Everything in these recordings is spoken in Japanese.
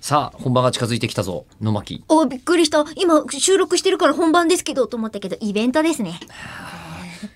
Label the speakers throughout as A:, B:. A: さあ本番が近づいてきたぞ野巻
B: おびっくりした今収録してるから本番ですけどと思ったけどイベントですね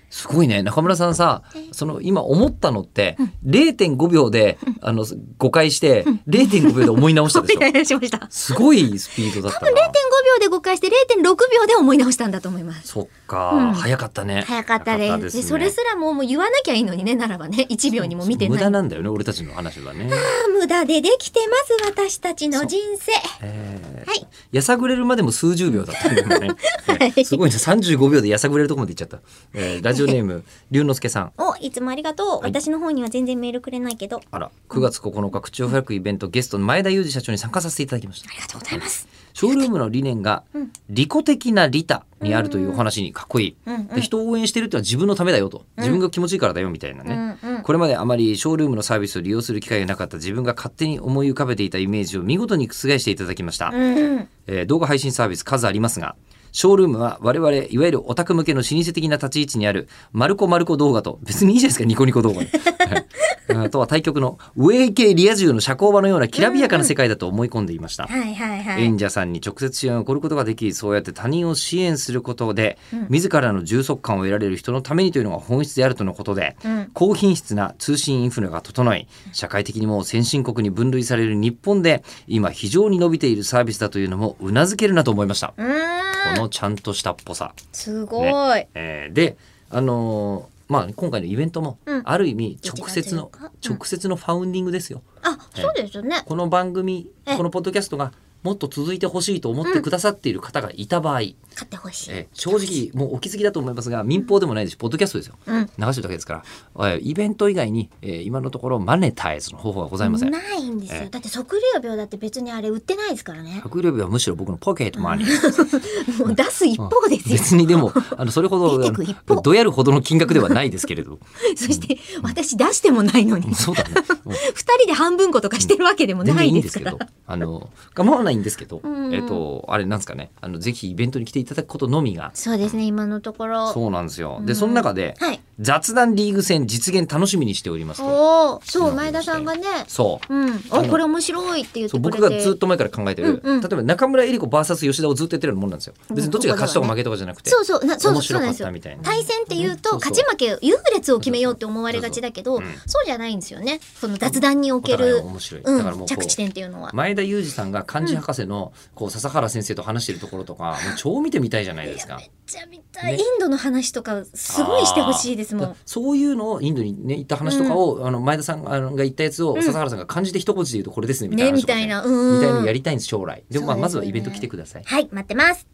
A: すごいね中村さんさその今思ったのって0.5秒であの誤解して0.5秒で思い直したで し
B: 思
A: ょ
B: い出しました
A: すごいスピードだっ
B: 多
A: た
B: 分0.5
A: な
B: 秒で誤解して0.6秒で思い直したんだと思います
A: そっか、
B: うん
A: 早かったね
B: 早かったですでそれすらもうもう言わなきゃいいのにねならばね1秒にも見てない
A: 無駄なんだよね俺たちの話はね、
B: あ無駄でできてます私たちの人生
A: えー
B: はい
A: やさぐれるまでも数十秒だったんだよ ね、えーすごいね35秒でやさぐれるとこまでいっちゃった、えーラジオネーム龍之介さん
B: おいつもありがとう、
A: はい
B: 私の方には全然メールくれないけど
A: あら9月9日口を開くイベントゲストの前田裕二社長に参加させていただきました
B: ありがとうございます
A: ショールームの理念が
B: うん
A: 利己的な利他にあるというお話にかっこいい、
B: うんうん
A: で人を応援してるってのは自分のためだよと、自分が気持ちいいからだよみたいなね、
B: うんうん
A: これまであまりショールームのサービスを利用する機会がなかった自分が勝手に思い浮かべていたイメージを見事に覆していただきました、
B: うん
A: えー動画配信サービス数ありますがショールームは我々いわゆるオタク向けの老舗的な立ち位置にあるマルコマルコ動画と別に いいじゃないですかニコニコ動 画ではいあとは対局のウェイ系リア充の社交場のようなきらびやかな世界だと思い込んでいました、
B: はいはいはい
A: 演者さんに直接支援を送ることができそうやって他人を支援することで、自らの充足感を得られる人のためにというのが本質であるとのことで、
B: うん
A: 高品質な通信インフラが整い社会的にも先進国に分類される日本で今非常に伸びているサービスだというのもうなずけるなと思いました、
B: うーん
A: このちゃんとしたっぽさ、
B: すごい、
A: えーであのーまあ今回のイベントも、
B: うん
A: ある意味直接の
B: 一番強いかうん
A: 直接のファウンディングですよ、
B: あそうですよね
A: この番組
B: え
A: このポッドキャストがもっと続いてほしいと思ってくださっている方がいた場合、
B: 買ってほしい
A: え正直もうお気づきだと思いますが民放でもないですしポッドキャストですよ
B: うん
A: 流してるだけですからえイベント以外に、えー今のところマネタイズの方法はございません。
B: ないんですよ、
A: ええ
B: だって測量病だって別にあれ売ってないですからね
A: 迫力はむしろ僕のポケットマネー
B: もう出す一方ですよ、
A: 別に でもあのそれほど
B: 出てく一
A: あ
B: 方
A: のどやるほどの金額ではないですけれど
B: そして私出してもないのに
A: そうだねうん
B: 二人で半分ことかしてるわけでも
A: 全
B: な
A: 然い
B: い
A: いん
B: で
A: です
B: す
A: け
B: から
A: ど。あの構わないんですけど、
B: うん
A: えっとあれなんですかねあのぜひイベントに来ていただくことのみが
B: そうですね、今のところ。
A: そうなんですよ。
B: う
A: で
B: ん
A: その中で、
B: はい。
A: 雑談リーグ戦実現楽しみにしておりますと
B: おお、
A: そう
B: そう、
A: なん
B: 前
A: で
B: 田
A: すね
B: さんがね、
A: そう
B: うん、
A: あ
B: お、
A: の
B: これ面白いって言っ
A: そ
B: て
A: う
B: くれ
A: 僕
B: て。
A: がずっと前から考えてる、
B: うんうん
A: 例えば中村江里子 VS 吉田をずっとやってるようなもんなんですよ別にどっちが勝ちとか負けとかじゃなくて
B: そうそう、な、そうそ
A: 面
B: う、そ
A: 白
B: うな
A: か
B: ん
A: っ
B: ですよ
A: た。みたいな
B: 対戦っていう
A: う
B: と、
A: んそうそう
B: 勝ち負け、優劣を決めようって思われがちだけど
A: そうそううん、
B: そうじゃないんですよね。その雑談におけ
A: お互い
B: る
A: の、面白い、
B: う
A: だからもう
B: ん、
A: こ
B: 着地
A: う
B: 点っていうのは。
A: 前田裕二さんが漢字博士のこう笹原先生と話してるところとか、もう超見てみたいじゃないですか
B: めっちゃ見たい。イ
A: ね
B: ンドの話とか、すごいしてほしいですも
A: だ
B: ん。
A: そういうのをインドにね行った話とかを、あの前田さんがあのが言ったやつを
B: うん
A: 笹原さんが漢字で一言で言うとこれですねみたいな
B: ね、
A: 話
B: み
A: とか
B: た
A: ね、
B: いな、う
A: み
B: ん
A: たいな
B: う
A: のや
B: ん。
A: りたいんです将来でもまあ
B: そう
A: ま
B: ですよね
A: ずはイベント来てください
B: はい、待ってます。